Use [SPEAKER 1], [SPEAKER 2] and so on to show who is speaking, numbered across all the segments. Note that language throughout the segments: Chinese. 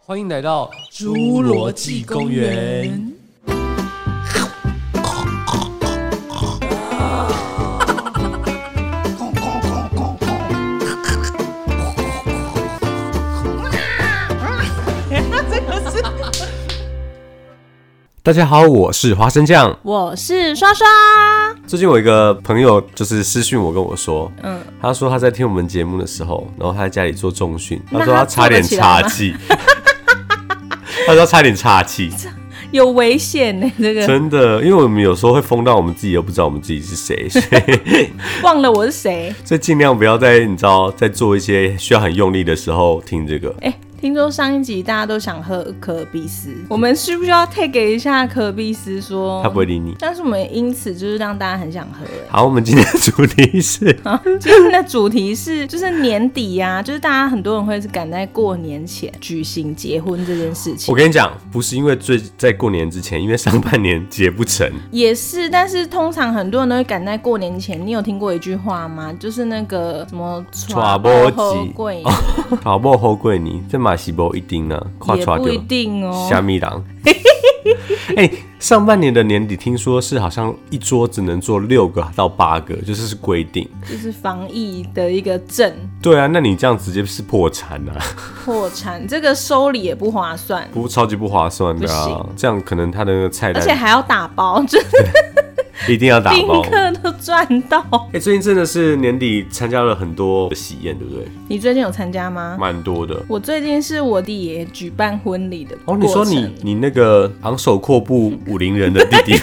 [SPEAKER 1] 欢迎来到
[SPEAKER 2] 侏罗纪公园。
[SPEAKER 1] 大家好，我是花生酱。
[SPEAKER 2] 我是刷刷，
[SPEAKER 1] 最近我一个朋友就是私讯我跟我说，嗯，他说他在听我们节目的时候，然后他在家里做重训，他
[SPEAKER 2] 那
[SPEAKER 1] 说
[SPEAKER 2] 他
[SPEAKER 1] 差
[SPEAKER 2] 做得
[SPEAKER 1] 点
[SPEAKER 2] 起来
[SPEAKER 1] 岔
[SPEAKER 2] 吗
[SPEAKER 1] 气， 他说他差点岔 气，
[SPEAKER 2] 有危险呢、这个
[SPEAKER 1] 真的，因为我们有时候会疯到我们自己都不知道我们自己是谁， 所以
[SPEAKER 2] 忘了我是谁？
[SPEAKER 1] 所以尽量不要在你知道在做一些需要很用力的时候听这个。
[SPEAKER 2] 哎、听说上一集大家都想喝可比斯，我们需不需要 take 一下可比斯说？
[SPEAKER 1] 他不会理你。
[SPEAKER 2] 但是我们因此就是让大家很想喝、哎
[SPEAKER 1] 好，我们今天的主题 是
[SPEAKER 2] 好，今天的主题是就是年底呀、就是大家很多人会是赶在过年前举行结婚这件事情
[SPEAKER 1] 我。跟你讲，不是因为最在过年之前，因为上半年结不 成，
[SPEAKER 2] 也是，但是通常很多人都会赶在过年前。你有听过一句话吗？就是那个什么“
[SPEAKER 1] 娶
[SPEAKER 2] 不
[SPEAKER 1] 某
[SPEAKER 2] 后
[SPEAKER 1] 吉
[SPEAKER 2] 贵
[SPEAKER 1] 好不好后贵你，这马西波一定呢，”，跨
[SPEAKER 2] 也
[SPEAKER 1] 抓
[SPEAKER 2] 不一
[SPEAKER 1] 丢
[SPEAKER 2] 定哦。
[SPEAKER 1] 虾米 郎。哎、上半年的年底听说是好像一桌只能坐六个到八个，就是是规定。
[SPEAKER 2] 就是防疫的一个证，
[SPEAKER 1] 对啊，那你这样直接是破产啊，
[SPEAKER 2] 破产这个收礼也不划算，
[SPEAKER 1] 不超级不划算的
[SPEAKER 2] 不
[SPEAKER 1] 啊。这样可能他的那个菜
[SPEAKER 2] 而且
[SPEAKER 1] 单
[SPEAKER 2] 还要打包，就是
[SPEAKER 1] 一定要打
[SPEAKER 2] 宾
[SPEAKER 1] 包。
[SPEAKER 2] 客都赚到。
[SPEAKER 1] 哎、最近真的是年底参加了很多喜宴，对不 对？
[SPEAKER 2] 你最近有参加吗？
[SPEAKER 1] 蛮多的。
[SPEAKER 2] 我最近是我弟也举办婚礼的
[SPEAKER 1] 哦，你说
[SPEAKER 2] 过程
[SPEAKER 1] 你你那个昂首阔步武陵人的弟 弟，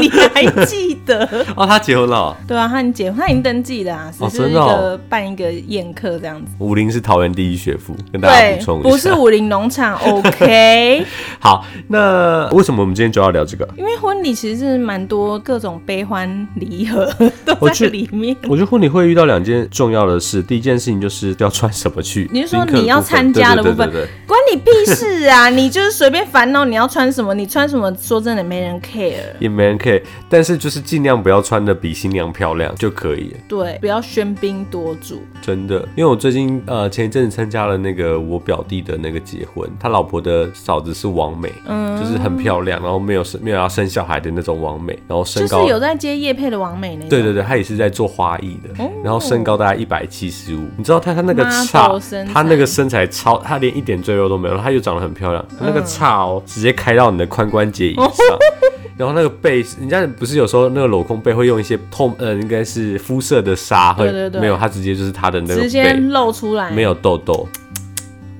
[SPEAKER 2] 你还记得？
[SPEAKER 1] 哦，他结婚了哦。
[SPEAKER 2] 对啊，他已经结婚，他已经登记了啊，只
[SPEAKER 1] 哦
[SPEAKER 2] 是
[SPEAKER 1] 真
[SPEAKER 2] 一
[SPEAKER 1] 的哦
[SPEAKER 2] 个办一个宴客这样子。
[SPEAKER 1] 武陵是桃园第一学府，跟大家
[SPEAKER 2] 对
[SPEAKER 1] 补，充一下。
[SPEAKER 2] 不是武林农场，OK？
[SPEAKER 1] 好，那为什么我们今天就要聊这个？
[SPEAKER 2] 因为婚礼其实是蛮多各种悲欢离合
[SPEAKER 1] 我
[SPEAKER 2] 都
[SPEAKER 1] 觉
[SPEAKER 2] 在里面。
[SPEAKER 1] 我觉得婚礼会遇到两件重要的事，第一件事情就是要穿什么去。
[SPEAKER 2] 你是说
[SPEAKER 1] 宾客
[SPEAKER 2] 你要参加的部分
[SPEAKER 1] 对对对对对
[SPEAKER 2] 关你屁事啊！ 你就是随便烦恼你要穿什么，你穿什么，说真的没人 care。
[SPEAKER 1] 也没人 care，但是就是尽量不要穿的比新娘漂亮就可以了，
[SPEAKER 2] 对，不要喧宾夺主。
[SPEAKER 1] 真的。因为我最近呃前一阵子参加了那个我表弟的那个结婚，他老婆的嫂子是王美，嗯，就是很漂亮，然后没有生没有要生小孩的那种王美，然后身
[SPEAKER 2] 就
[SPEAKER 1] 高
[SPEAKER 2] 是有在接叶配的王美那种，
[SPEAKER 1] 对对对，他也是在做花艺的，
[SPEAKER 2] 哦
[SPEAKER 1] 然后身高大概一百七十五，你知道他他那个
[SPEAKER 2] Model
[SPEAKER 1] 叉
[SPEAKER 2] 身，材
[SPEAKER 1] 他那个身材超，他连一点赘肉都没有，他又长得很漂亮，他那个
[SPEAKER 2] 嗯
[SPEAKER 1] 叉哦，直接开到你的髋关节以上。
[SPEAKER 2] 哦
[SPEAKER 1] 然后那个背，人家不是有时候那个镂空背会用一些透，呃，应该是肤色的纱，会
[SPEAKER 2] 对对对
[SPEAKER 1] 没有，他直接就是他的那个
[SPEAKER 2] 直接
[SPEAKER 1] 背
[SPEAKER 2] 露出来，
[SPEAKER 1] 没有痘痘。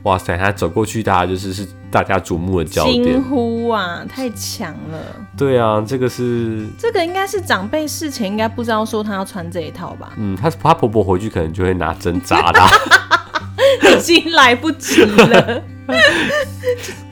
[SPEAKER 1] 哇塞，他走过去，大家就是是大家瞩目的焦
[SPEAKER 2] 惊
[SPEAKER 1] 点。
[SPEAKER 2] 呼啊，太强了！
[SPEAKER 1] 对啊，这个是，，
[SPEAKER 2] 这个应该是长辈事前应该不知道说他要穿这一套吧
[SPEAKER 1] 嗯，她她婆婆回去可能就会拿针扎他。
[SPEAKER 2] 已经来不及了。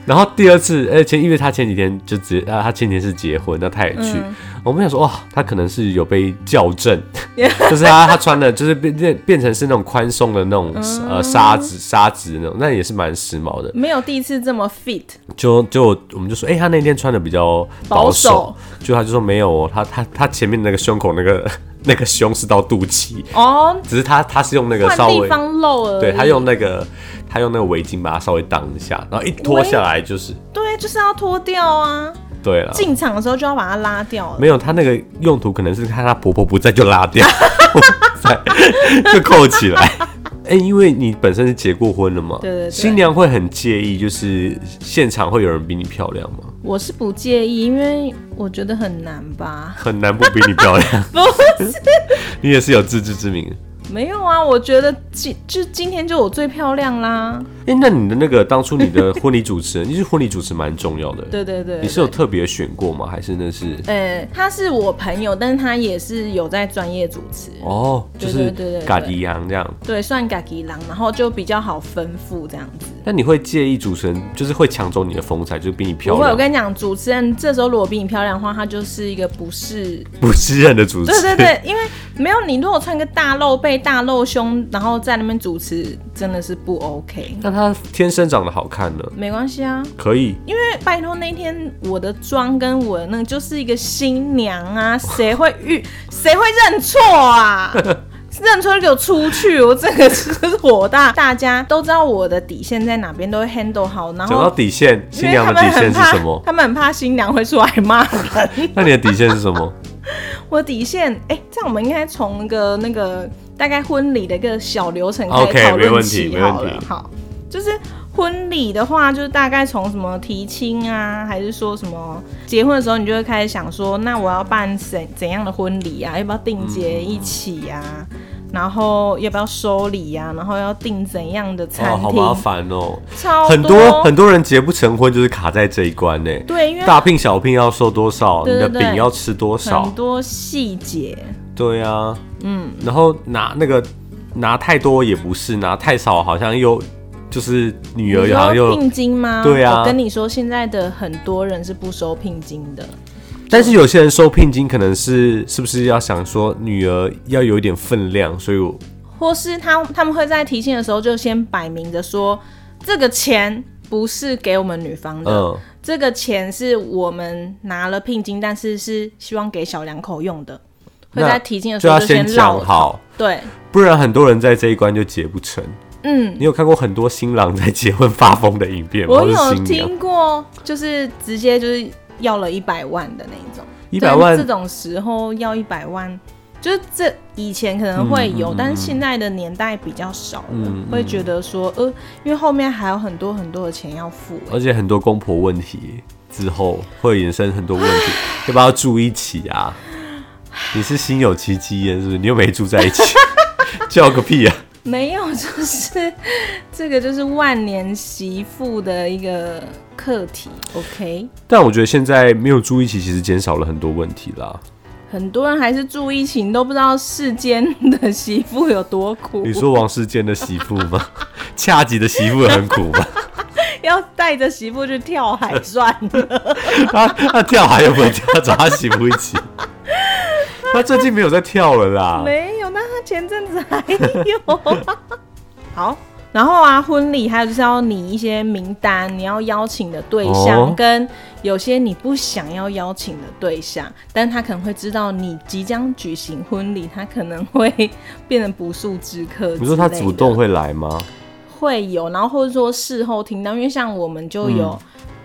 [SPEAKER 1] 然后第二次，而且因为他前几天就直接，啊，他前几天是结婚，那他也去。
[SPEAKER 2] 嗯
[SPEAKER 1] 我们想说，哇，他可能是有被校正， 就是他他穿的，就是变变变成是那种宽松的那种、
[SPEAKER 2] 嗯
[SPEAKER 1] 呃纱质纱质那种，那也是蛮时髦的。
[SPEAKER 2] 没有第一次这么 fit，
[SPEAKER 1] 就就我们就说，哎、他那天穿的比较保
[SPEAKER 2] 保
[SPEAKER 1] 守，
[SPEAKER 2] 守
[SPEAKER 1] 就他就说没有哦，他他他前面那个胸口那个 那个胸是到肚脐，
[SPEAKER 2] 哦，
[SPEAKER 1] 只是他他是用那个
[SPEAKER 2] 换
[SPEAKER 1] 稍
[SPEAKER 2] 地
[SPEAKER 1] 微。
[SPEAKER 2] 方露而已。
[SPEAKER 1] 对他用那个，他用那个围巾把它稍微挡一下，然后一脱下来就是，
[SPEAKER 2] 对，就是要脱掉啊，
[SPEAKER 1] 对了，
[SPEAKER 2] 进场的时候就要把它拉掉了。
[SPEAKER 1] 没有，她那个用途可能是看她婆婆不在就拉 掉，在就扣起 来。哎、因为你本身是结过婚了嘛，
[SPEAKER 2] 对对对
[SPEAKER 1] 新娘会很介意，就是现场会有人比你漂亮吗？
[SPEAKER 2] 我是不介意，因为我觉得很难 吧。
[SPEAKER 1] 很难不比你漂 亮，
[SPEAKER 2] 不是，
[SPEAKER 1] 你也是有自知之明。
[SPEAKER 2] 没有啊，我觉得今就今天就我最漂亮啦。
[SPEAKER 1] 哎、那你的那个当初你的婚礼主持 人，其实婚礼主持蛮重要的，
[SPEAKER 2] 对对对，
[SPEAKER 1] 你是有特别选过吗？还是那是？
[SPEAKER 2] 呃，他是我朋友，但是他也是有在专业主持，
[SPEAKER 1] 哦，就
[SPEAKER 2] 对
[SPEAKER 1] 是
[SPEAKER 2] 对对对对
[SPEAKER 1] 嘎迪羊这样，
[SPEAKER 2] 对，算嘎吉郎，然后就比较好吩咐这样子。
[SPEAKER 1] 那你会介意主持人就是会抢走你的风采，就是比你漂
[SPEAKER 2] 不会，我
[SPEAKER 1] 亮，
[SPEAKER 2] 跟你讲，主持人这时候如果比你漂亮的话，他就是一个不 是
[SPEAKER 1] 不是任的主持
[SPEAKER 2] 对
[SPEAKER 1] 人，
[SPEAKER 2] 对对，因为没有你，如果穿个大露背、大露胸，然后在那边主持，真的是不 OK。
[SPEAKER 1] 但她天生长得好看呢，
[SPEAKER 2] 没关系啊，
[SPEAKER 1] 可以。
[SPEAKER 2] 因为拜托那天我的妆跟我的 那个就是一个新娘啊，谁会遇谁会认错啊？认出来就给我出去，我整个就是火大。大家都知道我的底线在哪边，都会 handle 好。然
[SPEAKER 1] 讲到
[SPEAKER 2] 后
[SPEAKER 1] 底线，
[SPEAKER 2] 因
[SPEAKER 1] 新
[SPEAKER 2] 为
[SPEAKER 1] 娘
[SPEAKER 2] 他
[SPEAKER 1] 的
[SPEAKER 2] 们
[SPEAKER 1] 底
[SPEAKER 2] 很
[SPEAKER 1] 线是
[SPEAKER 2] 怕，
[SPEAKER 1] 什么？
[SPEAKER 2] 他们很怕新娘会出来骂人。
[SPEAKER 1] 那你的底线是什么？
[SPEAKER 2] 我底线，哎、这样我们应该从一个那个大概婚礼的一个小流程开
[SPEAKER 1] OK，
[SPEAKER 2] 始讨
[SPEAKER 1] 没问
[SPEAKER 2] 论
[SPEAKER 1] 题
[SPEAKER 2] 起
[SPEAKER 1] 没
[SPEAKER 2] 好
[SPEAKER 1] 问
[SPEAKER 2] 了
[SPEAKER 1] 题。
[SPEAKER 2] 好，就是婚礼的话，就是大概从什么提亲啊，还是说什么结婚的时候，你就会开始想说，那我要办怎怎样的婚礼啊？要不要订结一起啊？然后要不要收礼呀、啊？然后要订怎样的 餐
[SPEAKER 1] 哦，好
[SPEAKER 2] 厅？
[SPEAKER 1] 麻烦哦。
[SPEAKER 2] 超
[SPEAKER 1] 很
[SPEAKER 2] 多
[SPEAKER 1] 多很多人结不成婚，就是卡在这一关呢。
[SPEAKER 2] 对，因为
[SPEAKER 1] 大聘小聘要收多少？
[SPEAKER 2] 对对
[SPEAKER 1] 你的
[SPEAKER 2] 对
[SPEAKER 1] 饼要吃多少
[SPEAKER 2] 很？多细节，
[SPEAKER 1] 对啊，嗯，然后拿那个拿太多也不是，拿太少好像又就是女儿
[SPEAKER 2] 你
[SPEAKER 1] 好像
[SPEAKER 2] 说
[SPEAKER 1] 又，
[SPEAKER 2] 聘金吗？
[SPEAKER 1] 对啊
[SPEAKER 2] 我跟你说，现在的很多人是不收聘金的。
[SPEAKER 1] 但是有些人收聘金可能是是不是要想说女儿要有一点分量，所以我
[SPEAKER 2] 或是他他们会在提亲的时候就先摆明着说，这个钱不是给我们女方的，
[SPEAKER 1] 嗯
[SPEAKER 2] 这个钱是我们拿了聘金，但是是希望给小两口用的。会
[SPEAKER 1] 那
[SPEAKER 2] 在提亲的时
[SPEAKER 1] 就
[SPEAKER 2] 候
[SPEAKER 1] 要
[SPEAKER 2] 就
[SPEAKER 1] 先
[SPEAKER 2] 先
[SPEAKER 1] 讲
[SPEAKER 2] 唠
[SPEAKER 1] 好，
[SPEAKER 2] 对，
[SPEAKER 1] 不然很多人在这一关就结不成。
[SPEAKER 2] 嗯，
[SPEAKER 1] 你有看过很多新郎在结婚发疯的影片吗？
[SPEAKER 2] 我
[SPEAKER 1] 或是
[SPEAKER 2] 有
[SPEAKER 1] 新娘
[SPEAKER 2] 听过，就是直接就是要了一百万的那一种，
[SPEAKER 1] 一百万
[SPEAKER 2] 对这种时候要一百万。就是这以前可能
[SPEAKER 1] 嗯
[SPEAKER 2] 会有，但是现在的年代比较少了，
[SPEAKER 1] 嗯嗯
[SPEAKER 2] 会觉得说，呃，因为后面还有很多很多的钱要付、欸
[SPEAKER 1] 而且很多公婆问题之后会衍生很多问 题，要不要住一起啊？你是心有戚戚焉是不是？你又没住在一起， 叫个屁啊！
[SPEAKER 2] 没有， 就是这个就是万年媳妇的一个课题。OK，
[SPEAKER 1] 但我觉得现在没有住一起，其实减少了很多问题啦。
[SPEAKER 2] 很多人还是住一起，你都不知道世间的媳妇有多苦
[SPEAKER 1] 你，说王世坚的媳妇吗？ 恰吉的媳妇很苦吗？
[SPEAKER 2] 要带着媳妇去跳 海算了。
[SPEAKER 1] 他他啊跳还有没有跳？找他媳妇一 起。他最近没有在跳了啦。
[SPEAKER 2] 没有，那他前阵子还 有。好，然后啊，婚礼还有就是要拟一些名单，你要邀请的对象、
[SPEAKER 1] 哦
[SPEAKER 2] 跟有些你不想要邀请的对象，但他可能会知道你即将举行婚礼，他可能会变成不速之客。
[SPEAKER 1] 你说他主动会来吗？
[SPEAKER 2] 会有，然后或者说事后听到，因为像我们就有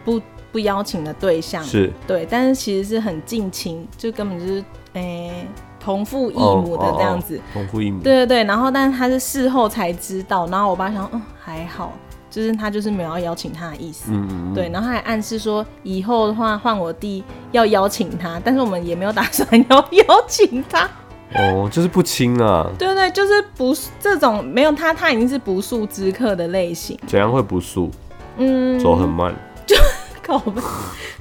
[SPEAKER 2] 不、不邀请的对象，
[SPEAKER 1] 嗯是
[SPEAKER 2] 对，但是其实是很近亲，就根本就是诶、同父异
[SPEAKER 1] 哦
[SPEAKER 2] 母的这样子。
[SPEAKER 1] 哦哦同父异母。
[SPEAKER 2] 对对对，然后但是他是事后才知道，然后我爸想，嗯，还好，就是他就是没有要邀请他的意思，
[SPEAKER 1] 嗯嗯嗯。
[SPEAKER 2] 对，然后他还暗示说以后的话换我弟要邀请他，但是我们也没有打算要邀请他，
[SPEAKER 1] 哦，就是不亲啊。
[SPEAKER 2] 对对，就是不是这种没有他，他已经是不速之客的类型，
[SPEAKER 1] 怎样会不速？
[SPEAKER 2] 嗯，
[SPEAKER 1] 走很慢、
[SPEAKER 2] 靠背，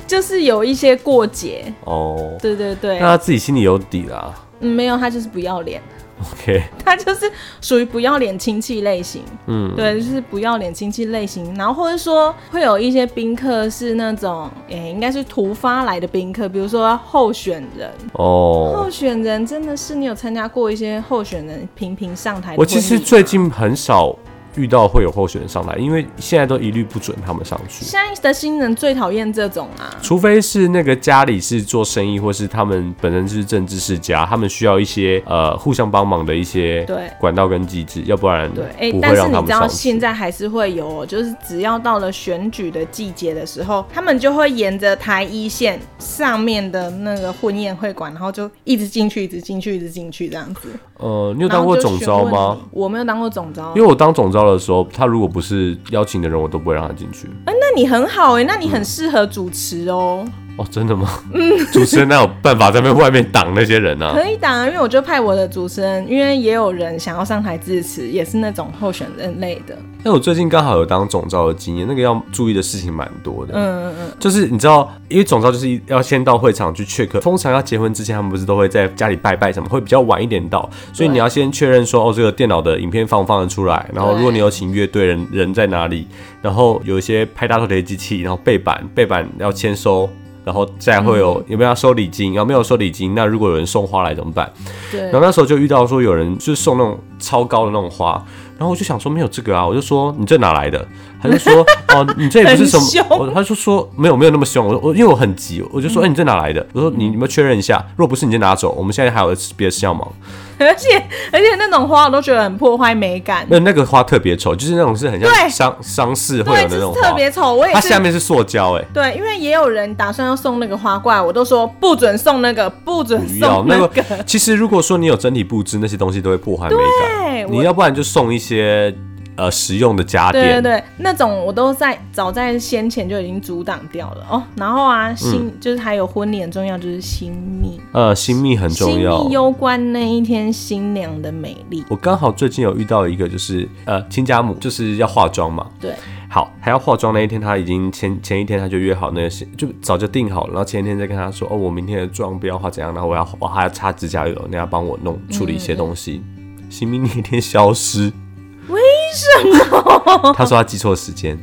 [SPEAKER 2] 就是有一些过节，
[SPEAKER 1] 哦。
[SPEAKER 2] 对对对
[SPEAKER 1] 那，他自己心里有底啦。
[SPEAKER 2] 嗯，没有他就是不要脸，
[SPEAKER 1] OK，
[SPEAKER 2] 他就是属于不要脸亲戚类型，
[SPEAKER 1] 嗯，
[SPEAKER 2] 对，就是不要脸亲戚类型，然后或者说会有一些宾客是那种，诶、应该是突发来的宾客，比如说候选人，
[SPEAKER 1] 哦
[SPEAKER 2] 候。选人真的是你有参加过一些候选人频频上台的
[SPEAKER 1] 我
[SPEAKER 2] 婚礼
[SPEAKER 1] 其
[SPEAKER 2] 吗，
[SPEAKER 1] 实最近很少遇到会有候选人上来，因为现在都一律不准他们上去，
[SPEAKER 2] 现在的新人最讨厌这种啊，
[SPEAKER 1] 除非是那个家里是做生意，或是他们本身就是政治世家，他们需要一些呃互相帮忙的一些
[SPEAKER 2] 对
[SPEAKER 1] 管道跟机制，要不然
[SPEAKER 2] 对，哎、
[SPEAKER 1] 不
[SPEAKER 2] 但
[SPEAKER 1] 会
[SPEAKER 2] 是
[SPEAKER 1] 让他
[SPEAKER 2] 你
[SPEAKER 1] 们
[SPEAKER 2] 知道
[SPEAKER 1] 上
[SPEAKER 2] 现
[SPEAKER 1] 去。
[SPEAKER 2] 在还是会有哦，就是只要到了选举的季节的时候，他们就会沿着台一线上面的那个婚宴会馆，然后就一直进去，一直进去，一直进去这样子。
[SPEAKER 1] 呃，你有
[SPEAKER 2] 有
[SPEAKER 1] 当过总招吗？？
[SPEAKER 2] 我没有当过总招。
[SPEAKER 1] 因为我当总招的时候，他如果不是邀请的人，我都不会让他进去。
[SPEAKER 2] 哎、那你很好哎、那
[SPEAKER 1] 嗯
[SPEAKER 2] 你很适合主持哦，
[SPEAKER 1] 哦，真的吗？ 主持人哪有办法在那外面挡那些人啊？
[SPEAKER 2] 可以打，因为我就派我的主持人，因为也有人想要上台致辞，也是那种候选人类的。
[SPEAKER 1] 但我最近刚好有当总招的经验，那个要注意的事情蛮多的。
[SPEAKER 2] 嗯嗯嗯，
[SPEAKER 1] 就是你知道，因为总招就是要先到会场去 check，通常要结婚之前，他们不是都会在家里拜拜什么，会比较晚一点到，所以
[SPEAKER 2] 对
[SPEAKER 1] 你要先确认说，哦，这个电脑的影片放不放得出来，然后
[SPEAKER 2] 对
[SPEAKER 1] 如果你有请乐队人人在哪里，然后有一些拍大头贴机器，然后背板背板要签收。然后再会
[SPEAKER 2] 嗯
[SPEAKER 1] 有有没有要收礼金，然后没有收礼金，那如果有人送花来怎么办？
[SPEAKER 2] 对
[SPEAKER 1] 然后。那时候就遇到说有人就是送那种超高的那种花，然后我就想说没有这个啊，我就说你这哪来的？他就说 哦，你这也不是什
[SPEAKER 2] 很凶嗯
[SPEAKER 1] 么，我他就说没有没有那么凶，我我因为我很急，我就说哎、你这哪来的？我说你你们确认一下，如果不是你就拿走，我们现在还有别的事要忙。
[SPEAKER 2] 而且而且那种花我都觉得很破坏美感，
[SPEAKER 1] 那那个花特别丑，就是那种是很
[SPEAKER 2] 对
[SPEAKER 1] 像商商市会
[SPEAKER 2] 对，
[SPEAKER 1] 有的
[SPEAKER 2] 就
[SPEAKER 1] 那种
[SPEAKER 2] 是
[SPEAKER 1] 花
[SPEAKER 2] 特，别丑。我也
[SPEAKER 1] 它
[SPEAKER 2] 是
[SPEAKER 1] 下面是塑胶哎、
[SPEAKER 2] 对，因为也有人打算要送那个花过来，我都说不准送那个，不准
[SPEAKER 1] 不要
[SPEAKER 2] 送
[SPEAKER 1] 那
[SPEAKER 2] 个。
[SPEAKER 1] 个。其实如果说你有整体布置，那些东西都会破坏美
[SPEAKER 2] 对
[SPEAKER 1] 感。你
[SPEAKER 2] 哎我
[SPEAKER 1] 要不然就送一些呃实用的家
[SPEAKER 2] 对对
[SPEAKER 1] 电，
[SPEAKER 2] 对，那种我都在早在先前就已经阻挡掉了哦。然后啊，
[SPEAKER 1] 嗯
[SPEAKER 2] 新、就是还有婚礼很重要，就是新密，
[SPEAKER 1] 呃，新密很重要
[SPEAKER 2] 新密。攸关那一天新娘的美丽。
[SPEAKER 1] 我刚好最近有遇到一个，就是呃亲家母，就是要化妆嘛。
[SPEAKER 2] 对，
[SPEAKER 1] 好，她要化妆那一天，她已经前前一天她就约好那个，就早就定好了，然后前一天再跟她说，哦，我明天的妆不要化怎样，然后我要我还要擦指甲油，你要帮我弄处理一些东西。新密那一天消失，
[SPEAKER 2] 为
[SPEAKER 1] 嗯什么？她 说她记错时间，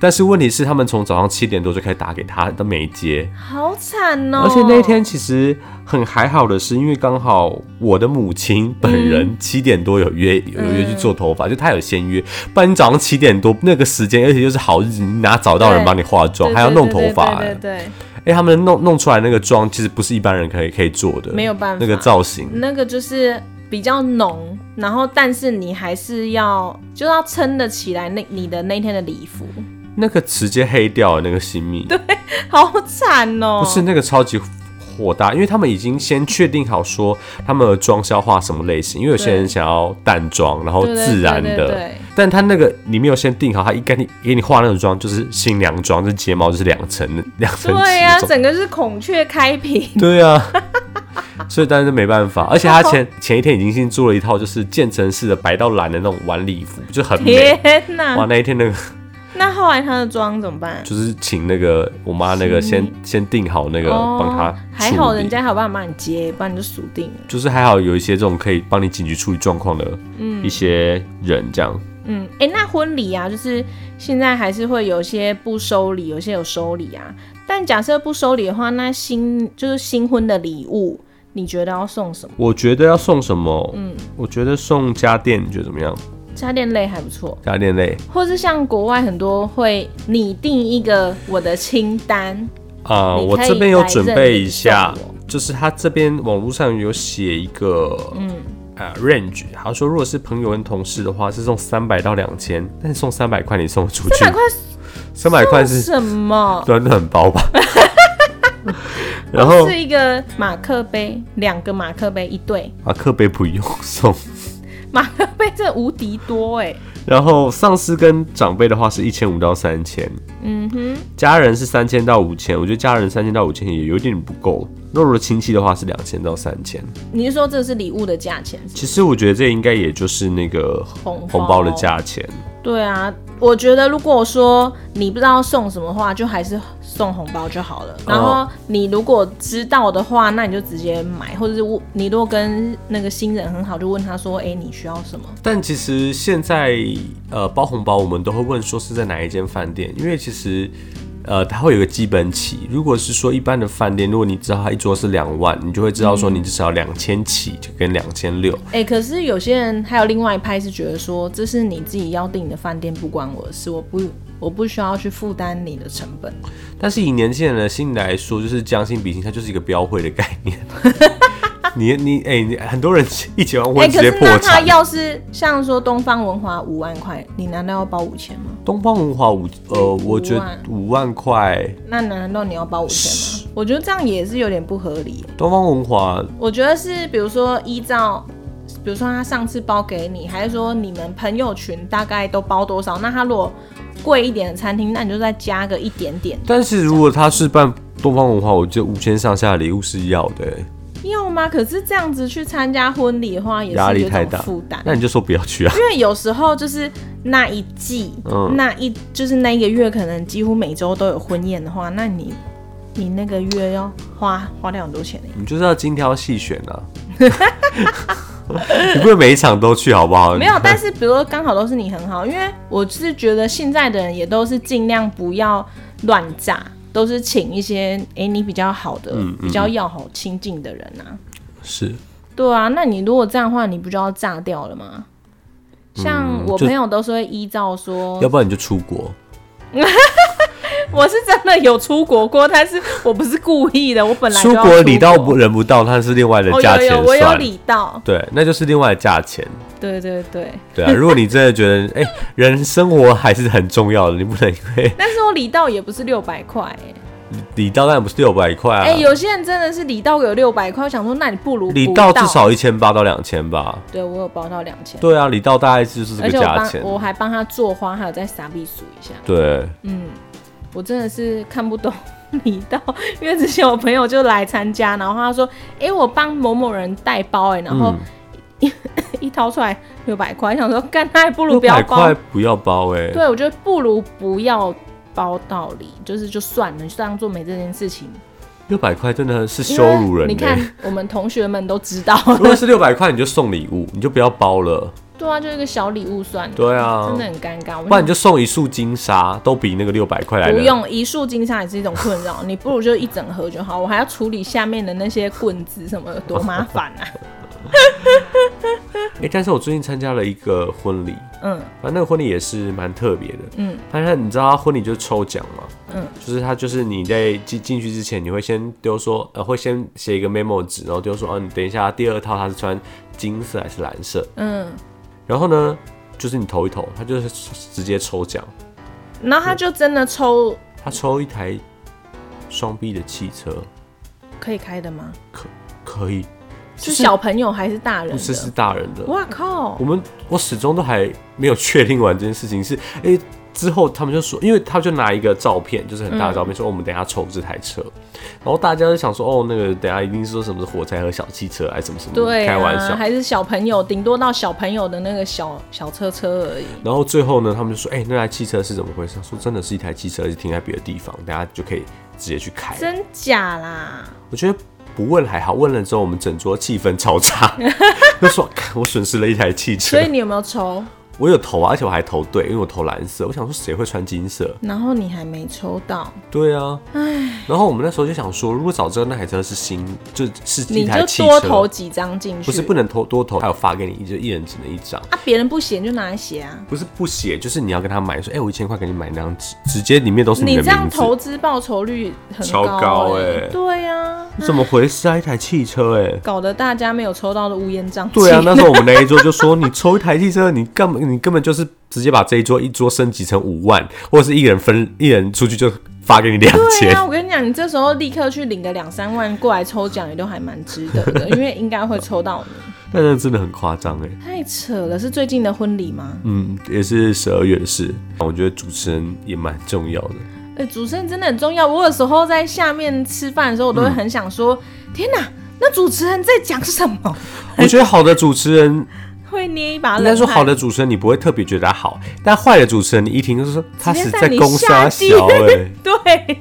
[SPEAKER 1] 但是问题是他们从早上七点多就开始打给她，都没接。
[SPEAKER 2] 好惨哦！
[SPEAKER 1] 而且那一天其实很还好的是，因为刚好我的母亲本
[SPEAKER 2] 嗯
[SPEAKER 1] 人七点多有约、有约去做头发，就她有先约，不然你早上七点多那个时间，而且又是好日子，你哪找到人
[SPEAKER 2] 对
[SPEAKER 1] 帮你化
[SPEAKER 2] 对
[SPEAKER 1] 妆，还要弄头发、
[SPEAKER 2] 对对
[SPEAKER 1] 欸
[SPEAKER 2] 对？对
[SPEAKER 1] 哎、他们弄弄出来那个妆，其实不是一般人可以可以做的，
[SPEAKER 2] 没有办法
[SPEAKER 1] 那个造型。
[SPEAKER 2] 那个就是比较浓，然后但是你还是要就是要撑得起来那你的那天的礼服，
[SPEAKER 1] 那个直接黑掉了那个新密，
[SPEAKER 2] 好惨哦！
[SPEAKER 1] 不是那个超级火大，因为他们已经先确定好说他们的妆是要画什么类型，因为有些人
[SPEAKER 2] 对
[SPEAKER 1] 想要淡妆，然后
[SPEAKER 2] 对对
[SPEAKER 1] 哦自然
[SPEAKER 2] 对
[SPEAKER 1] 的，
[SPEAKER 2] 对对
[SPEAKER 1] 但他那个你没有先定好，他一给你给你化那种妆就是新娘妆，就是睫毛就是两层的两层纸
[SPEAKER 2] 对呀、
[SPEAKER 1] 那种，
[SPEAKER 2] 整个是孔雀开屏，
[SPEAKER 1] 对啊。 所以当然是没办法，而且他前前一天已经先做了一套就是渐层式的白到蓝的那种晚礼服，就很美。
[SPEAKER 2] 天啊
[SPEAKER 1] 哇，
[SPEAKER 2] 哪！
[SPEAKER 1] 那一天那个
[SPEAKER 2] 那后来她的妆怎么办？
[SPEAKER 1] 就是请那个我妈那个先先定好那个帮她
[SPEAKER 2] 哦，
[SPEAKER 1] 处理，
[SPEAKER 2] 还好人家还有办法帮你接，不然你就数定了。
[SPEAKER 1] 就是还好有一些这种可以帮你紧急处理状况的一些人这样。
[SPEAKER 2] 嗯，哎、那婚礼啊，就是现在还是会有些不收礼，有些有收礼啊。但假设不收礼的话，那新就是新婚的礼物，你觉得要送什么？
[SPEAKER 1] 我觉得要送什么？嗯，我觉得送家电，你觉得怎么样？
[SPEAKER 2] 家电类还不错，
[SPEAKER 1] 家电类
[SPEAKER 2] 或是像国外很多会拟定一个我的清单，
[SPEAKER 1] 啊、
[SPEAKER 2] 你
[SPEAKER 1] 我
[SPEAKER 2] 可
[SPEAKER 1] 这
[SPEAKER 2] 以
[SPEAKER 1] 边有
[SPEAKER 2] 来
[SPEAKER 1] 准
[SPEAKER 2] 认
[SPEAKER 1] 备
[SPEAKER 2] 领
[SPEAKER 1] 一下
[SPEAKER 2] 送我，
[SPEAKER 1] 就是他这边网络上有写一个，嗯，啊、range，他说如果是朋友跟同事的话，是送三百到两千，但是送三百块你送得出去
[SPEAKER 2] 三百，块
[SPEAKER 1] 三百块
[SPEAKER 2] 是
[SPEAKER 1] 是
[SPEAKER 2] 什 么？
[SPEAKER 1] 暖暖包 吧？然后
[SPEAKER 2] 是一个马克杯，两个马克杯一对，
[SPEAKER 1] 马克啊杯不用送，
[SPEAKER 2] 马克杯这无敌多哎、
[SPEAKER 1] 然后上司跟长辈的话是一千五到三千，
[SPEAKER 2] 嗯哼，
[SPEAKER 1] 家人是三千到五千，我觉得家人三千到五千也有点不够。那如果亲戚的话是两千到三千，
[SPEAKER 2] 你是说这是礼物的价钱是
[SPEAKER 1] 其实我觉得这应该也就是那个
[SPEAKER 2] 红包
[SPEAKER 1] 红包的价钱。
[SPEAKER 2] 对啊，我觉得如果说你不知道送什么的话，就还是送红包就好了。然后你如果知道的话，那你就直接买，或者是问你如果跟那个新人很好，就问他说：“哎、你需要什么
[SPEAKER 1] 但其实现在呃包红包，我们都会问说是在哪一间饭店，因为其实呃它会有个基本起。如果是说一般的饭店，如果你知道它一桌是两万，你就会知道说你至少两千起就跟两千六。？”
[SPEAKER 2] 哎、可是有些人还有另外一派是觉得说，这是你自己要订的饭店，不关我的事，我不我不需要去负担你的成本。
[SPEAKER 1] 但是以年轻人的心理来说，就是将心比心，它就是一个标会的概念。你你哎、你很多人一结完
[SPEAKER 2] 哎、
[SPEAKER 1] 婚直
[SPEAKER 2] 可
[SPEAKER 1] 接
[SPEAKER 2] 是
[SPEAKER 1] 破
[SPEAKER 2] 那他
[SPEAKER 1] 产。
[SPEAKER 2] 要是像说东方文华五万块，你难道要包五千吗？
[SPEAKER 1] 东方文华五呃，我觉得五万块。
[SPEAKER 2] 那难道你要包五千吗？我觉得这样也是有点不合理耶、
[SPEAKER 1] 东方文华
[SPEAKER 2] 我觉得是，比如说依照，比如说他上次包给你，还是说你们朋友群大概都包多少？那他如果贵一点的餐厅，那你就再加个一点点，
[SPEAKER 1] 但是如果他是办东方文化，我觉得五千上下的礼物是要的、
[SPEAKER 2] 哎
[SPEAKER 1] 欸，
[SPEAKER 2] 要吗？可是这样子去参加婚礼的话，也
[SPEAKER 1] 压
[SPEAKER 2] 是
[SPEAKER 1] 力
[SPEAKER 2] 有
[SPEAKER 1] 太
[SPEAKER 2] 种
[SPEAKER 1] 大
[SPEAKER 2] 负担。
[SPEAKER 1] 那你就说不要去啊。
[SPEAKER 2] 因为有时候就是那一季，
[SPEAKER 1] 嗯
[SPEAKER 2] 那一就是那一个月，可能几乎每周都有婚宴的话，那你你那个月要花花掉很多钱、欸、
[SPEAKER 1] 你就是要精挑细选啊。 你不会每一场都去好不好？
[SPEAKER 2] 没有，但是比如说刚好都是你很好，因为我是觉得现在的人也都是尽量不要乱炸，都是请一些哎、诶你比较好
[SPEAKER 1] 嗯
[SPEAKER 2] 的、比较要好亲近的人啊。
[SPEAKER 1] 是
[SPEAKER 2] 对啊，那你如果这样的话，你不就要炸掉了吗？像我
[SPEAKER 1] 嗯就
[SPEAKER 2] 朋友都是会依照说，
[SPEAKER 1] 要不然你就出国。
[SPEAKER 2] 我是真的有出国过，但是我不是故意的，我本来就
[SPEAKER 1] 出
[SPEAKER 2] 要
[SPEAKER 1] 国
[SPEAKER 2] 国
[SPEAKER 1] 礼到不人不到，它是另外的
[SPEAKER 2] 哦，
[SPEAKER 1] 价
[SPEAKER 2] 有
[SPEAKER 1] 钱
[SPEAKER 2] 有，我有
[SPEAKER 1] 算。
[SPEAKER 2] 礼到，
[SPEAKER 1] 对，那就是另外的价钱。
[SPEAKER 2] 对对对，
[SPEAKER 1] 对啊，如果你真的觉得，哎、 人生活还是很重要的，你不能因为
[SPEAKER 2] 但是我礼到也不是六百块欸，
[SPEAKER 1] 啊礼到当然不是六百块啊，
[SPEAKER 2] 哎、有些人真的是礼到有六百块，我想说那你不如
[SPEAKER 1] 礼
[SPEAKER 2] 不
[SPEAKER 1] 到至，少一千八到两千吧。
[SPEAKER 2] 对我有包到两千，
[SPEAKER 1] 对啊，礼到大概就是这
[SPEAKER 2] 而
[SPEAKER 1] 个
[SPEAKER 2] 且我
[SPEAKER 1] 价钱
[SPEAKER 2] 帮。我还帮他做花，还有再傻逼数一下，
[SPEAKER 1] 对，
[SPEAKER 2] 嗯，我真的是看不懂礼到，因为之前我朋友就来参加，然后他说，哎、我帮某某人带包、哎，然后
[SPEAKER 1] 嗯，
[SPEAKER 2] 一掏出来六百块，想说干他还不如
[SPEAKER 1] 六
[SPEAKER 2] 不要
[SPEAKER 1] 百
[SPEAKER 2] 包
[SPEAKER 1] 块，不要包哎、
[SPEAKER 2] 对我觉得不如不要包道理，就是就算了，你就当做没这件事情，
[SPEAKER 1] 六百块真的是
[SPEAKER 2] 因
[SPEAKER 1] 羞
[SPEAKER 2] 为
[SPEAKER 1] 辱人、欸。
[SPEAKER 2] 你看，我们同学们都知 道
[SPEAKER 1] 如果是六百块，你就送礼物，你就不要包了。
[SPEAKER 2] 对啊，就一个小礼物算了。
[SPEAKER 1] 对啊
[SPEAKER 2] 真的很尴尬。我
[SPEAKER 1] 不然你就送一束金沙，都比那个六百块来
[SPEAKER 2] 嗯不
[SPEAKER 1] 的。
[SPEAKER 2] 用一束金沙也是一种困扰，你不如就一整盒就好。我还要处理下面的那些棍子什么的，多麻烦 啊！
[SPEAKER 1] 哎、但是我最近参加了一个婚礼，
[SPEAKER 2] 嗯，
[SPEAKER 1] 反正那个婚礼也是蛮特别的。
[SPEAKER 2] 嗯，
[SPEAKER 1] 反正你知道他婚礼就是抽奖嘛。
[SPEAKER 2] 嗯，
[SPEAKER 1] 就是他就是你在进进去之前，你会先丢说，呃，会先写一个 memo 纸，然后丢说，哦、你等一下第二套他是穿金色还是蓝色？
[SPEAKER 2] 嗯，
[SPEAKER 1] 然后呢，就是你投一投，他就是直接抽奖，
[SPEAKER 2] 然后他就真的抽
[SPEAKER 1] 他抽一台双臂的汽车，
[SPEAKER 2] 可以开的吗？
[SPEAKER 1] 可可以，
[SPEAKER 2] 是
[SPEAKER 1] 就是
[SPEAKER 2] 小朋友还是大人
[SPEAKER 1] 不是是
[SPEAKER 2] 的？
[SPEAKER 1] 大人的。
[SPEAKER 2] 哇靠
[SPEAKER 1] 我！们我始终都还没有确定完这件事情是，哎、之后他们就说，因为他就拿一个照片，就是很大的照片，
[SPEAKER 2] 嗯
[SPEAKER 1] 说、哦我们等一下抽这台车，然后大家就想说，哦，那个等一下一定是说什么是火柴和小汽车，哎，什么什么，
[SPEAKER 2] 对
[SPEAKER 1] 开玩
[SPEAKER 2] 啊，
[SPEAKER 1] 笑。
[SPEAKER 2] 还是小朋友，顶多到小朋友的那个小小车车而已。
[SPEAKER 1] 然后最后呢，他们就说，哎、那台汽车是怎么回事？他说真的是一台汽车，而且停在别的地方，大家就可以直接去开。
[SPEAKER 2] 真假啦？
[SPEAKER 1] 我觉得不问还好，问了之后我们整桌气氛超 差，就说看我损失了一台汽车
[SPEAKER 2] 所以。你有没有抽？
[SPEAKER 1] 我有投啊，而且我还投对，因为我投蓝色。我想说谁会穿金色？
[SPEAKER 2] 然后你还没抽到，
[SPEAKER 1] 对啊，然后我们那时候就想说，如果早知道那台车是新，就是一
[SPEAKER 2] 你
[SPEAKER 1] 台
[SPEAKER 2] 就
[SPEAKER 1] 汽
[SPEAKER 2] 多
[SPEAKER 1] 车，
[SPEAKER 2] 投几张进去。
[SPEAKER 1] 不是不能投多投，还有发给你，就一人只能一张。
[SPEAKER 2] 啊，别人不写你就拿来写啊。
[SPEAKER 1] 不是不写，就是你要跟他买，说，哎、我一千块给你买那张纸，直接里面都是
[SPEAKER 2] 你
[SPEAKER 1] 的
[SPEAKER 2] 这样
[SPEAKER 1] 名字，
[SPEAKER 2] 投资报酬率很
[SPEAKER 1] 超高
[SPEAKER 2] 哎、
[SPEAKER 1] 欸
[SPEAKER 2] 对呀、
[SPEAKER 1] 怎么回事啊？一台汽车、哎，
[SPEAKER 2] 搞得大家没有抽到的乌烟瘴气。
[SPEAKER 1] 对啊，那时候我们那一桌就说，你抽一台汽车，你根本你根本就是直接把这一桌一桌升级成五万，或者是一人分一人出去就发给你两
[SPEAKER 2] 对
[SPEAKER 1] 千，
[SPEAKER 2] 啊，我跟你讲，你这时候立刻去领个两三万过来抽奖，也都还蛮值得 的，因为应该会抽到你。
[SPEAKER 1] 但那真的很夸张哎。
[SPEAKER 2] 太扯了，是最近的婚礼吗？
[SPEAKER 1] 嗯，也是十二月的事，我觉得主持人也蛮重要的。
[SPEAKER 2] 哎、主持人真的很重要。我有时候在下面吃饭的时候，我
[SPEAKER 1] 嗯
[SPEAKER 2] 都会很想说：天哪，那主持人在讲什么？
[SPEAKER 1] 我觉得好的主持 人，
[SPEAKER 2] 会捏一把冷汗。
[SPEAKER 1] 应该说好的主持人，你不会特别觉得他好，但坏的主持人，你一听就是说他
[SPEAKER 2] 直接
[SPEAKER 1] 是
[SPEAKER 2] 在
[SPEAKER 1] 在
[SPEAKER 2] 你
[SPEAKER 1] 攻杀
[SPEAKER 2] 下地
[SPEAKER 1] 小哎、 欸
[SPEAKER 2] 对。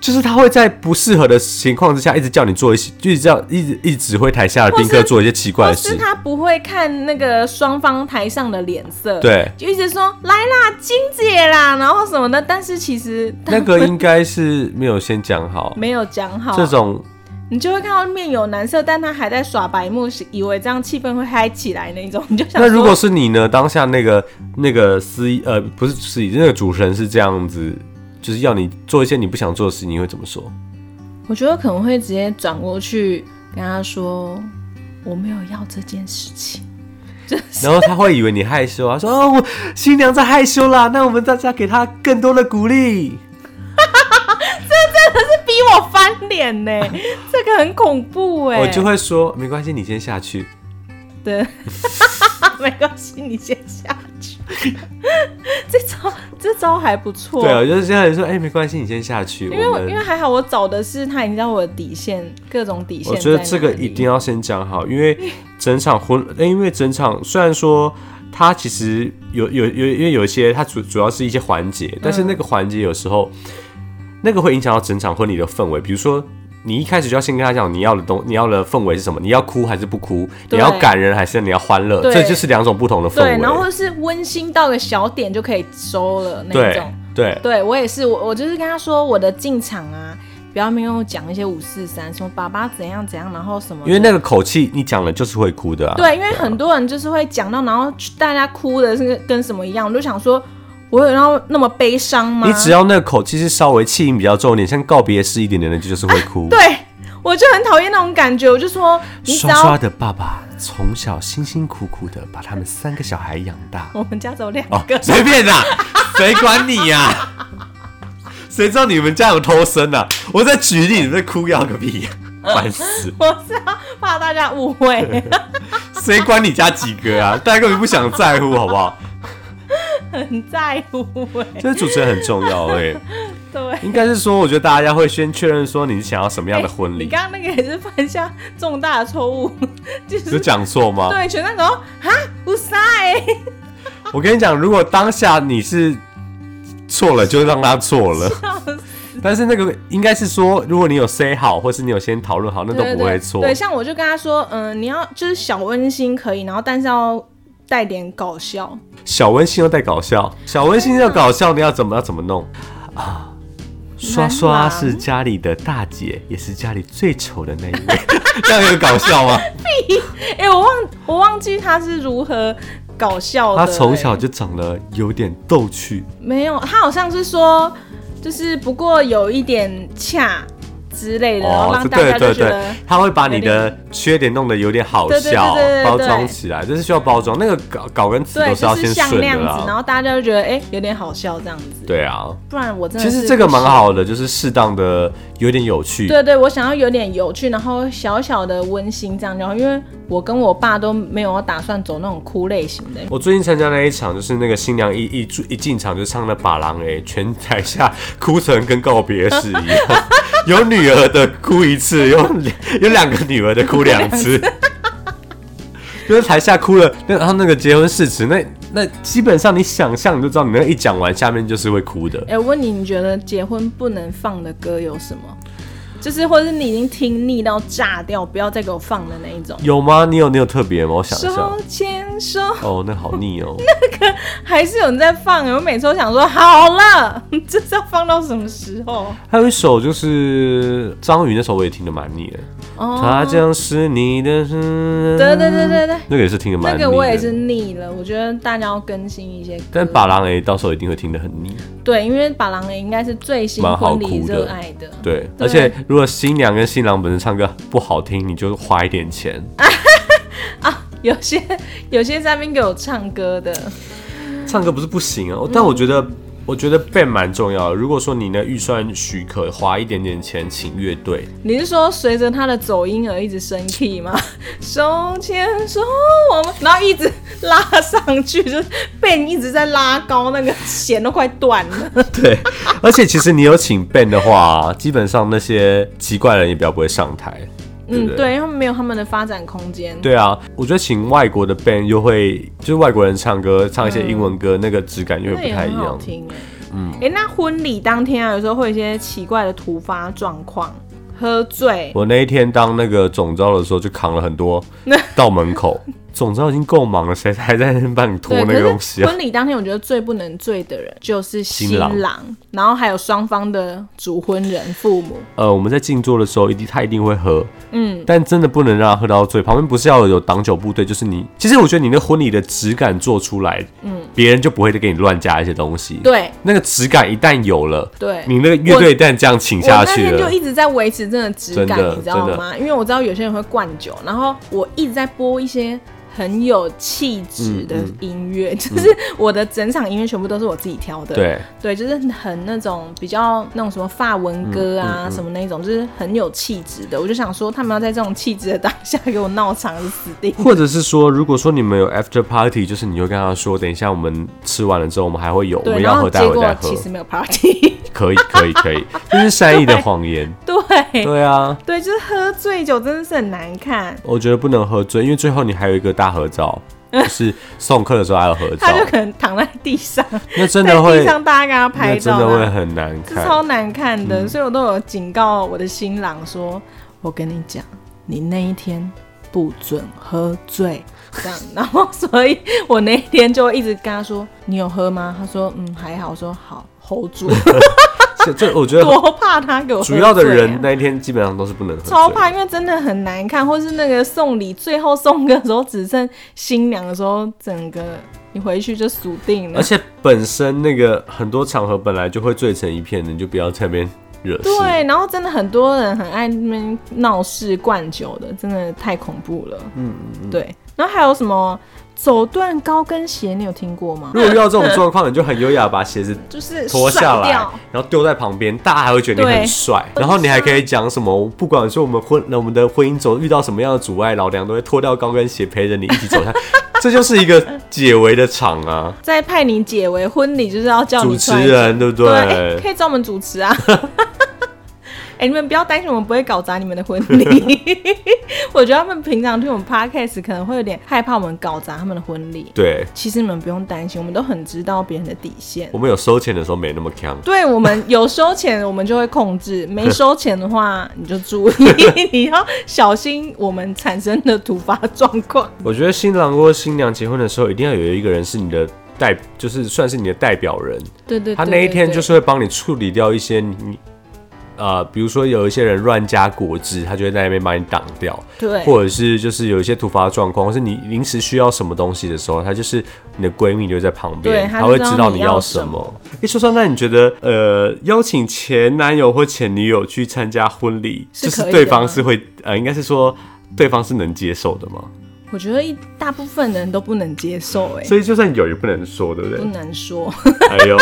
[SPEAKER 1] 就是他会在不适合的情况之下，一直叫你做一些，一直叫一直一直指挥台下的宾
[SPEAKER 2] 或
[SPEAKER 1] 客
[SPEAKER 2] 是
[SPEAKER 1] 做一些奇怪
[SPEAKER 2] 或
[SPEAKER 1] 的
[SPEAKER 2] 是
[SPEAKER 1] 事。
[SPEAKER 2] 他不会看那个双方台上的脸色，
[SPEAKER 1] 对
[SPEAKER 2] 就一直说来啦，金姐啦，然后什么的，但嗯是其实 他
[SPEAKER 1] 那个应该是没有先讲好，
[SPEAKER 2] 没有讲好，
[SPEAKER 1] 这种
[SPEAKER 2] 你就会看到面有难色，但他还在耍白目，以为这样气氛会嗨起来那种，你就想
[SPEAKER 1] 那
[SPEAKER 2] 说
[SPEAKER 1] 如果是你呢？当下那个那个司仪呃，不是司仪，那个主持人是这样子，就是要你做一些你不想做的事情，你会怎么说？
[SPEAKER 2] 我觉得可能会直接转过去跟他说，我没有要这件事情，
[SPEAKER 1] 然后他会以为你害羞啊，说哦，我新娘在害羞啦，那我们大家给她更多的鼓励。
[SPEAKER 2] 逼我翻脸呢、这个很恐怖哎、
[SPEAKER 1] 我就会说没关系，你先下去。
[SPEAKER 2] 对， 没关系，你先下去。 这招这招还不错，
[SPEAKER 1] 对啊，我就是这样说，哎、没关系，你先下去。
[SPEAKER 2] 因为
[SPEAKER 1] 我
[SPEAKER 2] 我因为
[SPEAKER 1] 们
[SPEAKER 2] 还好我找的是他已经知道我的底线，各种底线。
[SPEAKER 1] 我觉得这个一定
[SPEAKER 2] 要，
[SPEAKER 1] 要先讲好，因为整场婚，呃因为整场虽然说。它其实有有有，因为有一些它主主要是一些环节，但
[SPEAKER 2] 嗯
[SPEAKER 1] 是那个环节有时候那个会影响到整场婚礼的氛围。比如说，你一开始就要先跟他讲你要的东，你要的氛围是什么，你要哭还是不哭，你
[SPEAKER 2] 对
[SPEAKER 1] 要感人还是你要欢乐，
[SPEAKER 2] 对
[SPEAKER 1] 这就是两种不同的氛围。
[SPEAKER 2] 对，然后或者是温馨到个小点就可以收了那一
[SPEAKER 1] 对
[SPEAKER 2] 种。
[SPEAKER 1] 对
[SPEAKER 2] 对我也是，我我就是跟他说我的进场啊。不要没有讲一些五四三，什么爸爸怎样怎样，然后什么的。
[SPEAKER 1] 因为那个口气你讲了就是会哭的啊。
[SPEAKER 2] 对，因为很多人就是会讲到，然后大家哭的是跟什么一样，我就想说，我有要那么悲伤吗？
[SPEAKER 1] 你只要那个口气是稍微气音比较重一点，像告别式一点点的，就是会 哭。
[SPEAKER 2] 对，我就很讨厌那种感觉，我就说，你只
[SPEAKER 1] 刷
[SPEAKER 2] 要
[SPEAKER 1] 刷的爸爸从小辛辛苦苦的把他们三个小孩养大。
[SPEAKER 2] 我们家只有两
[SPEAKER 1] 哦
[SPEAKER 2] 个，，
[SPEAKER 1] 随便啦，谁管你呀、 谁知道你们家有偷生啊？我在举例，你在哭要个屁、呀！烦死！
[SPEAKER 2] 我是要怕大家误 会，
[SPEAKER 1] 谁管你家几个啊？大家根本不想在乎，好不好？
[SPEAKER 2] 很在乎哎、
[SPEAKER 1] 这主持人很重要哎、
[SPEAKER 2] 对。
[SPEAKER 1] 应该是说，我觉得大家会先确认说你想要什么样的婚
[SPEAKER 2] 哎你
[SPEAKER 1] 礼，
[SPEAKER 2] 刚刚那个也是犯下重大的错误，就是
[SPEAKER 1] 有讲哦错吗？
[SPEAKER 2] 对，全那种哈不塞、欸，
[SPEAKER 1] 我跟你讲，如果当下你是错了，就让他错了。但是那个应该是说，如果你有 say 好，或是你有先讨论好，那都
[SPEAKER 2] 对对
[SPEAKER 1] 不会错。
[SPEAKER 2] 对，像我就跟他说，嗯、你要就是小温馨可以，然后但是要带点搞笑，
[SPEAKER 1] 小温馨又带搞笑，小温馨又搞笑，你要怎么要怎么弄啊？刷刷是家里的大姐，也是家里最丑的那一 位， 这样有搞笑吗？
[SPEAKER 2] 哎、我忘我忘记他是如何搞笑的、
[SPEAKER 1] 她从
[SPEAKER 2] 欸
[SPEAKER 1] 小就长得有点逗趣，
[SPEAKER 2] 没有，他好像是说，就是不过有一点恰之类的，然后让大
[SPEAKER 1] 哦对
[SPEAKER 2] 家
[SPEAKER 1] 对
[SPEAKER 2] 就觉
[SPEAKER 1] 对
[SPEAKER 2] 得，
[SPEAKER 1] 他会把你
[SPEAKER 2] 有
[SPEAKER 1] 的缺点弄得有点好
[SPEAKER 2] 对对对
[SPEAKER 1] 笑
[SPEAKER 2] 对对，对
[SPEAKER 1] 包装起来，这是需要包装。那个稿稿跟词都要
[SPEAKER 2] 就
[SPEAKER 1] 先
[SPEAKER 2] 是像
[SPEAKER 1] 顺
[SPEAKER 2] 那样
[SPEAKER 1] 的
[SPEAKER 2] 子，然
[SPEAKER 1] 啦。
[SPEAKER 2] 后大家就觉得哎、有点好笑这样子。
[SPEAKER 1] 对啊，
[SPEAKER 2] 不然我真的
[SPEAKER 1] 其
[SPEAKER 2] 是
[SPEAKER 1] 实这个蛮。好的，就是适当的有点有趣。
[SPEAKER 2] 对对，我想要有点有趣，然后小小的温馨这样就好。因为我跟我爸都没有打算走那种哭类型的，
[SPEAKER 1] 我最近参加那一场，就是那个新娘一一出一进场就唱了《把郎》，哎，全台下哭成跟告别式一样，有女儿的哭一次，有有两个女儿的哭两次， 就是台下哭了。那然后那个结婚誓词，那那基本上你想象你就知道，你那一讲完，下面就是会哭的。
[SPEAKER 2] 哎、我问你，你觉得结婚不能放的歌有什么？就是，或者是你已经听腻到炸掉，不要再给我放的那一种。
[SPEAKER 1] 有吗？你有你有特别吗？我想一下
[SPEAKER 2] 手。牵手，
[SPEAKER 1] 哦，那好腻哦。
[SPEAKER 2] 还是有人在放、欸。我每次都想说，好了， 这是要放到什么时候？
[SPEAKER 1] 还有一首就是张宇那首，我也听得蛮腻的。
[SPEAKER 2] 哦
[SPEAKER 1] 他将是你的。对
[SPEAKER 2] 对对对对对，
[SPEAKER 1] 那个也是听得蛮
[SPEAKER 2] 那
[SPEAKER 1] 腻的。
[SPEAKER 2] 个我也是腻了。我觉得大家要更新一些歌。
[SPEAKER 1] 但把郎 A 到时候一定会听得很腻，
[SPEAKER 2] 对，因为把郎也应该是最新
[SPEAKER 1] 蛮好
[SPEAKER 2] 婚礼
[SPEAKER 1] 哭的
[SPEAKER 2] 热爱的。
[SPEAKER 1] 对。
[SPEAKER 2] 对
[SPEAKER 1] 而且如果新娘跟新郎本身唱歌不好听，你就花一点钱。
[SPEAKER 2] 啊，有些有些嘉宾给我唱歌的，嗯
[SPEAKER 1] 唱歌不是不行啊，但我觉得，我觉得 band 蛮重要的。如果说你的预算许可，花一点点钱请乐队，
[SPEAKER 2] 你是说随着他的走音而一直升 key 吗？ 手牵手，我们然后一直拉上去，就是被你一直在拉高，那个弦都快断了。
[SPEAKER 1] 对。而且其实你有请 band 的话，基本上那些奇怪的人也比较不会上台，对
[SPEAKER 2] 嗯
[SPEAKER 1] 不，对？
[SPEAKER 2] 对，因为他们没有他们的发展空间。
[SPEAKER 1] 对啊，我觉得请外国的 band 又会，就是外国人唱歌，唱一些英文歌，那个质感又会
[SPEAKER 2] 那也
[SPEAKER 1] 不太一
[SPEAKER 2] 很好
[SPEAKER 1] 样。
[SPEAKER 2] 听哎、嗯，哎、那婚礼当天啊，有时候会有一些奇怪的突发状况，喝醉，
[SPEAKER 1] 我那一天当那个总招的时候，就扛了很 多到门口。总招已经够忙了，谁还在那边帮你拖
[SPEAKER 2] 对，
[SPEAKER 1] 那个东
[SPEAKER 2] 可
[SPEAKER 1] 西
[SPEAKER 2] 是
[SPEAKER 1] 啊？
[SPEAKER 2] 婚礼当天，我觉得最不能醉的人就是新
[SPEAKER 1] 新郎
[SPEAKER 2] 然后还有双方的主婚人父母。
[SPEAKER 1] 呃，我们在静坐的时候，一定他一定会喝，
[SPEAKER 2] 嗯，
[SPEAKER 1] 但真的不能让他喝到醉。旁边不是要有挡酒部队，就是你。其实我觉得你的婚礼的质感做出来，嗯，别人就不会再给你乱加一些东西。，
[SPEAKER 2] 对
[SPEAKER 1] 那个质感一旦有了，
[SPEAKER 2] 对。
[SPEAKER 1] 你那个乐队一旦这样请下
[SPEAKER 2] 我那
[SPEAKER 1] 去
[SPEAKER 2] 天就
[SPEAKER 1] 了，
[SPEAKER 2] 一直在维持这个质
[SPEAKER 1] 真
[SPEAKER 2] 感，
[SPEAKER 1] 的
[SPEAKER 2] 你知道
[SPEAKER 1] 真的
[SPEAKER 2] 吗？因为我知道有些人会灌酒，然后我一直在播一些很有气
[SPEAKER 1] 嗯
[SPEAKER 2] 质的音乐，就是我的整场音乐全部都是我自己挑的。
[SPEAKER 1] 对，
[SPEAKER 2] 对，就是很那种比较那种什么法文
[SPEAKER 1] 嗯
[SPEAKER 2] 歌啊，什么那种，就是很有气质的。我就想说，他们要在这种气质的当下给我闹场，就死定。
[SPEAKER 1] 或者是说，如果说你们有 after party，就是你就跟他说，等一下我们吃完了之后，我们还会有，我
[SPEAKER 2] 对，
[SPEAKER 1] 们
[SPEAKER 2] 然
[SPEAKER 1] 要
[SPEAKER 2] 后
[SPEAKER 1] 喝，待
[SPEAKER 2] 结
[SPEAKER 1] 会再
[SPEAKER 2] 果
[SPEAKER 1] 喝
[SPEAKER 2] 其。实没有 party。
[SPEAKER 1] 可以，可以，可以，这是善意的谎言。
[SPEAKER 2] 对
[SPEAKER 1] 对啊，
[SPEAKER 2] 对，就是喝醉酒真的是很难看。
[SPEAKER 1] 我觉得不能喝醉，因为最后你还有一个大合 照，就是送客的时候还有合照
[SPEAKER 2] 他，就可能躺在地上，
[SPEAKER 1] 那真
[SPEAKER 2] 在
[SPEAKER 1] 的
[SPEAKER 2] 地
[SPEAKER 1] 会，
[SPEAKER 2] 上大家给他
[SPEAKER 1] 那
[SPEAKER 2] 拍
[SPEAKER 1] 真
[SPEAKER 2] 照
[SPEAKER 1] 的会
[SPEAKER 2] 啊，
[SPEAKER 1] 很难
[SPEAKER 2] 这
[SPEAKER 1] 看。嗯
[SPEAKER 2] 超难看的。所以我都有警告我的新郎说：“我跟你讲，你那一天不准喝醉。”这样，然后所以我那一天就一直跟他说：“你有喝吗？”他说：“嗯，还好。”我说：“好 ，hold 住。
[SPEAKER 1] 这这我”觉得
[SPEAKER 2] 多怕他给我喝
[SPEAKER 1] 主要的
[SPEAKER 2] 醉啊
[SPEAKER 1] 人那一天基本上都是不能喝醉
[SPEAKER 2] 超怕，因为真的很难看，或是那个送礼最后送歌的时候只剩新娘的时候，整个你回去就数定了
[SPEAKER 1] 而。且本身那个很多场合本来就会醉成一片的，你就不要在那边惹事。
[SPEAKER 2] 对，然后真的很多人很爱那边闹事灌酒的，真的太恐怖了。嗯嗯，对。然后还有什么走断高跟鞋，你有听过吗？
[SPEAKER 1] 如果遇到这种状况，你就很优雅把鞋子
[SPEAKER 2] 就是
[SPEAKER 1] 嗯脱下
[SPEAKER 2] 甩
[SPEAKER 1] 来
[SPEAKER 2] 掉，
[SPEAKER 1] 然后丢在旁边，大家还会觉得你
[SPEAKER 2] 对
[SPEAKER 1] 很帅。
[SPEAKER 2] 是
[SPEAKER 1] 然后你还可以讲什么？不管说我们婚、我们的婚姻走遇到什么样的阻碍，老娘都会脱掉高跟鞋陪着你一起走下。这就是一个解围的场 啊！
[SPEAKER 2] 再派你解围，婚礼就是要叫
[SPEAKER 1] 主
[SPEAKER 2] 你
[SPEAKER 1] 持
[SPEAKER 2] 穿
[SPEAKER 1] 人对不对？
[SPEAKER 2] 哎可以找我们主持 啊。哎、你们不要担心，我们不会搞砸你们的婚 礼。我觉得他们平常听我们 podcast 可能会有点害怕我们搞砸他们的婚礼。
[SPEAKER 1] 对，
[SPEAKER 2] 其实你们不用担心，我们都很知道别人的底线
[SPEAKER 1] 我。们有收钱的时候没那么强。
[SPEAKER 2] 对我们有收钱，我们就会控制；没收钱的话，你就注意， 你要小心我们产生的突发状况。
[SPEAKER 1] 我觉得新郎或新娘结婚的时候，一定要有一个人是你的代，就是算是你的代表人。
[SPEAKER 2] 对对对
[SPEAKER 1] 他那一天
[SPEAKER 2] 对
[SPEAKER 1] 就是会帮你处理掉一些你你，呃，比如说有一些人乱加果汁，他就会在那边把你挡掉，
[SPEAKER 2] 对，
[SPEAKER 1] 或者是就是有一些突发状况，或是你临时需要什么东西的时候，他就是你的闺蜜就会在旁
[SPEAKER 2] 对
[SPEAKER 1] 边，
[SPEAKER 2] 她
[SPEAKER 1] 她会
[SPEAKER 2] 知道
[SPEAKER 1] 知道
[SPEAKER 2] 你
[SPEAKER 1] 你
[SPEAKER 2] 要
[SPEAKER 1] 要
[SPEAKER 2] 什
[SPEAKER 1] 什么。诶，说说，那你觉得呃，邀请前男友或前女友去参加婚礼，
[SPEAKER 2] 是
[SPEAKER 1] 就
[SPEAKER 2] 可
[SPEAKER 1] 是
[SPEAKER 2] 以
[SPEAKER 1] 对
[SPEAKER 2] 的
[SPEAKER 1] 方
[SPEAKER 2] 吗
[SPEAKER 1] 是会呃，应该是说对方是能接受的吗？
[SPEAKER 2] 我觉得一大部分人都不能接受、哎，
[SPEAKER 1] 所以就呃算有也不能说，对不
[SPEAKER 2] 不
[SPEAKER 1] 对？
[SPEAKER 2] 能说。
[SPEAKER 1] 哎 呦，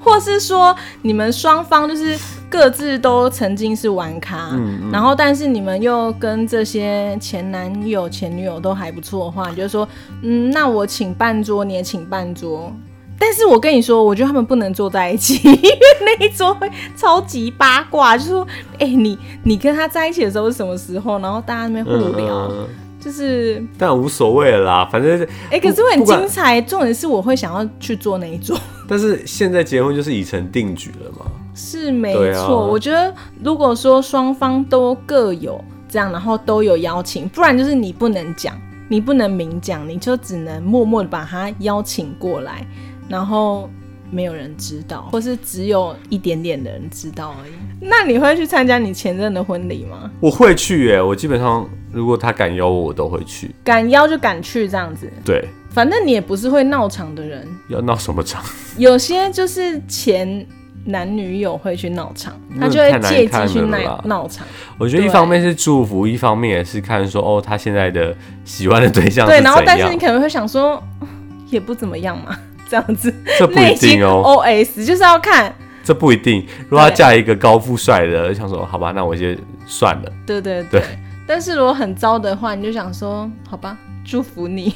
[SPEAKER 2] 或是说你们双方就是各自都曾经是玩咖，
[SPEAKER 1] 嗯
[SPEAKER 2] 然后但是你们又跟这些前男友、前女友都还不错的话，你就说，嗯，那我请半桌，你也请半桌。但是我跟你说，我觉得他们不能坐在一起，因 为那一桌会超级八卦，就说，哎、你你跟他在一起的时候是什么时候？然后大家在那边互聊，
[SPEAKER 1] 嗯
[SPEAKER 2] 就是，
[SPEAKER 1] 但无所谓了啦，反正
[SPEAKER 2] 哎、可是会
[SPEAKER 1] 不
[SPEAKER 2] 很
[SPEAKER 1] 管
[SPEAKER 2] 精彩。重点是我会想要去做那一桌。
[SPEAKER 1] 但是现在结婚就是已成定局了嘛。
[SPEAKER 2] 是没
[SPEAKER 1] 对
[SPEAKER 2] 错，
[SPEAKER 1] 啊
[SPEAKER 2] 我觉得如果说双方都各有这样，然后都有邀请，不然就是你不能讲，你不能明讲，你就只能默默的把他邀请过来，然后没有人知道，或是只有一点点的人知道而已。那你会去参加你前任的婚礼吗？
[SPEAKER 1] 我会去耶、我基本上如果他敢邀我，我都会去。
[SPEAKER 2] 敢邀就敢去这样子，
[SPEAKER 1] 对，
[SPEAKER 2] 反正你也不是会闹场的人，
[SPEAKER 1] 要闹什么场？
[SPEAKER 2] 有些就是前。男女友会去闹场，他
[SPEAKER 1] 那
[SPEAKER 2] 就会
[SPEAKER 1] 太难
[SPEAKER 2] 借
[SPEAKER 1] 看
[SPEAKER 2] 机去
[SPEAKER 1] 了
[SPEAKER 2] 闹
[SPEAKER 1] 啦
[SPEAKER 2] 闹场。
[SPEAKER 1] 我觉得一
[SPEAKER 2] 对
[SPEAKER 1] 方面是祝福，一方面也是看说哦，他现在的喜欢的对象
[SPEAKER 2] 对，
[SPEAKER 1] 是
[SPEAKER 2] 然后但
[SPEAKER 1] 怎
[SPEAKER 2] 是
[SPEAKER 1] 样
[SPEAKER 2] 你，可能会想说， 也不怎么样嘛，这样子，
[SPEAKER 1] 这不
[SPEAKER 2] 内
[SPEAKER 1] 一
[SPEAKER 2] 心
[SPEAKER 1] 定哦，
[SPEAKER 2] OS 就是要看，
[SPEAKER 1] 这不一定。如果他
[SPEAKER 2] 对
[SPEAKER 1] 嫁一个高富帅的，想说好吧，那我就算 了。
[SPEAKER 2] 对对对。
[SPEAKER 1] 对
[SPEAKER 2] 但是如果很糟的话，你就想说，好吧，祝福你，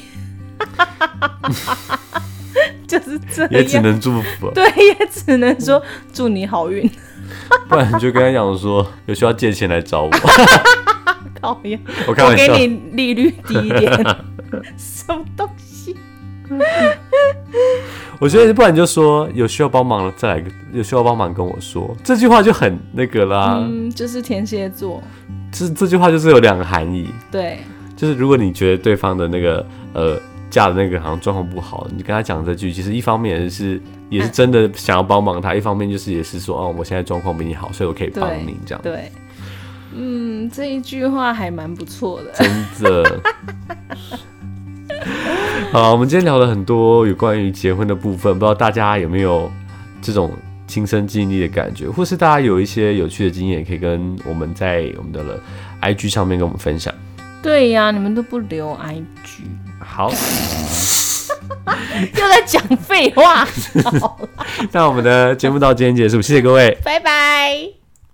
[SPEAKER 2] 就是这
[SPEAKER 1] 也只
[SPEAKER 2] 样。
[SPEAKER 1] 能祝福 了，
[SPEAKER 2] 对，也只能说祝你好运。
[SPEAKER 1] 不然你就跟他讲说有需要借钱来找我，
[SPEAKER 2] 讨厌，
[SPEAKER 1] 我开
[SPEAKER 2] 我
[SPEAKER 1] 玩
[SPEAKER 2] 给
[SPEAKER 1] 笑。
[SPEAKER 2] 你利率低一点，什么东 西？
[SPEAKER 1] 我觉得不然就说有需要帮忙了，再来个有需要帮忙跟我说，这句话就很那个啦。
[SPEAKER 2] 嗯，就是天蝎座，
[SPEAKER 1] 这这句话就是有两个含义，
[SPEAKER 2] 对，
[SPEAKER 1] 就是如果你觉得对方的那个呃嫁的那个好像状况不好，你跟他讲这句，其实一方面也是也是真的想要帮忙他，一方面就是也是说哦，我现在状况比你好，所以我可以帮
[SPEAKER 2] 对
[SPEAKER 1] 你这样。
[SPEAKER 2] 对，嗯，这一句话还蛮不错的。
[SPEAKER 1] 真的。 好，我们今天聊了很多有关于结婚的部分，不知道大家有没有这种亲身经历的感觉，或是大家有一些有趣的经验，也可以跟我们在我们的 IG 上面跟我们分享。
[SPEAKER 2] 对呀、你们都不留 IG，
[SPEAKER 1] 好，
[SPEAKER 2] 又在讲废话，
[SPEAKER 1] 那我们的节目到今天结束，谢谢各位。
[SPEAKER 2] 拜拜。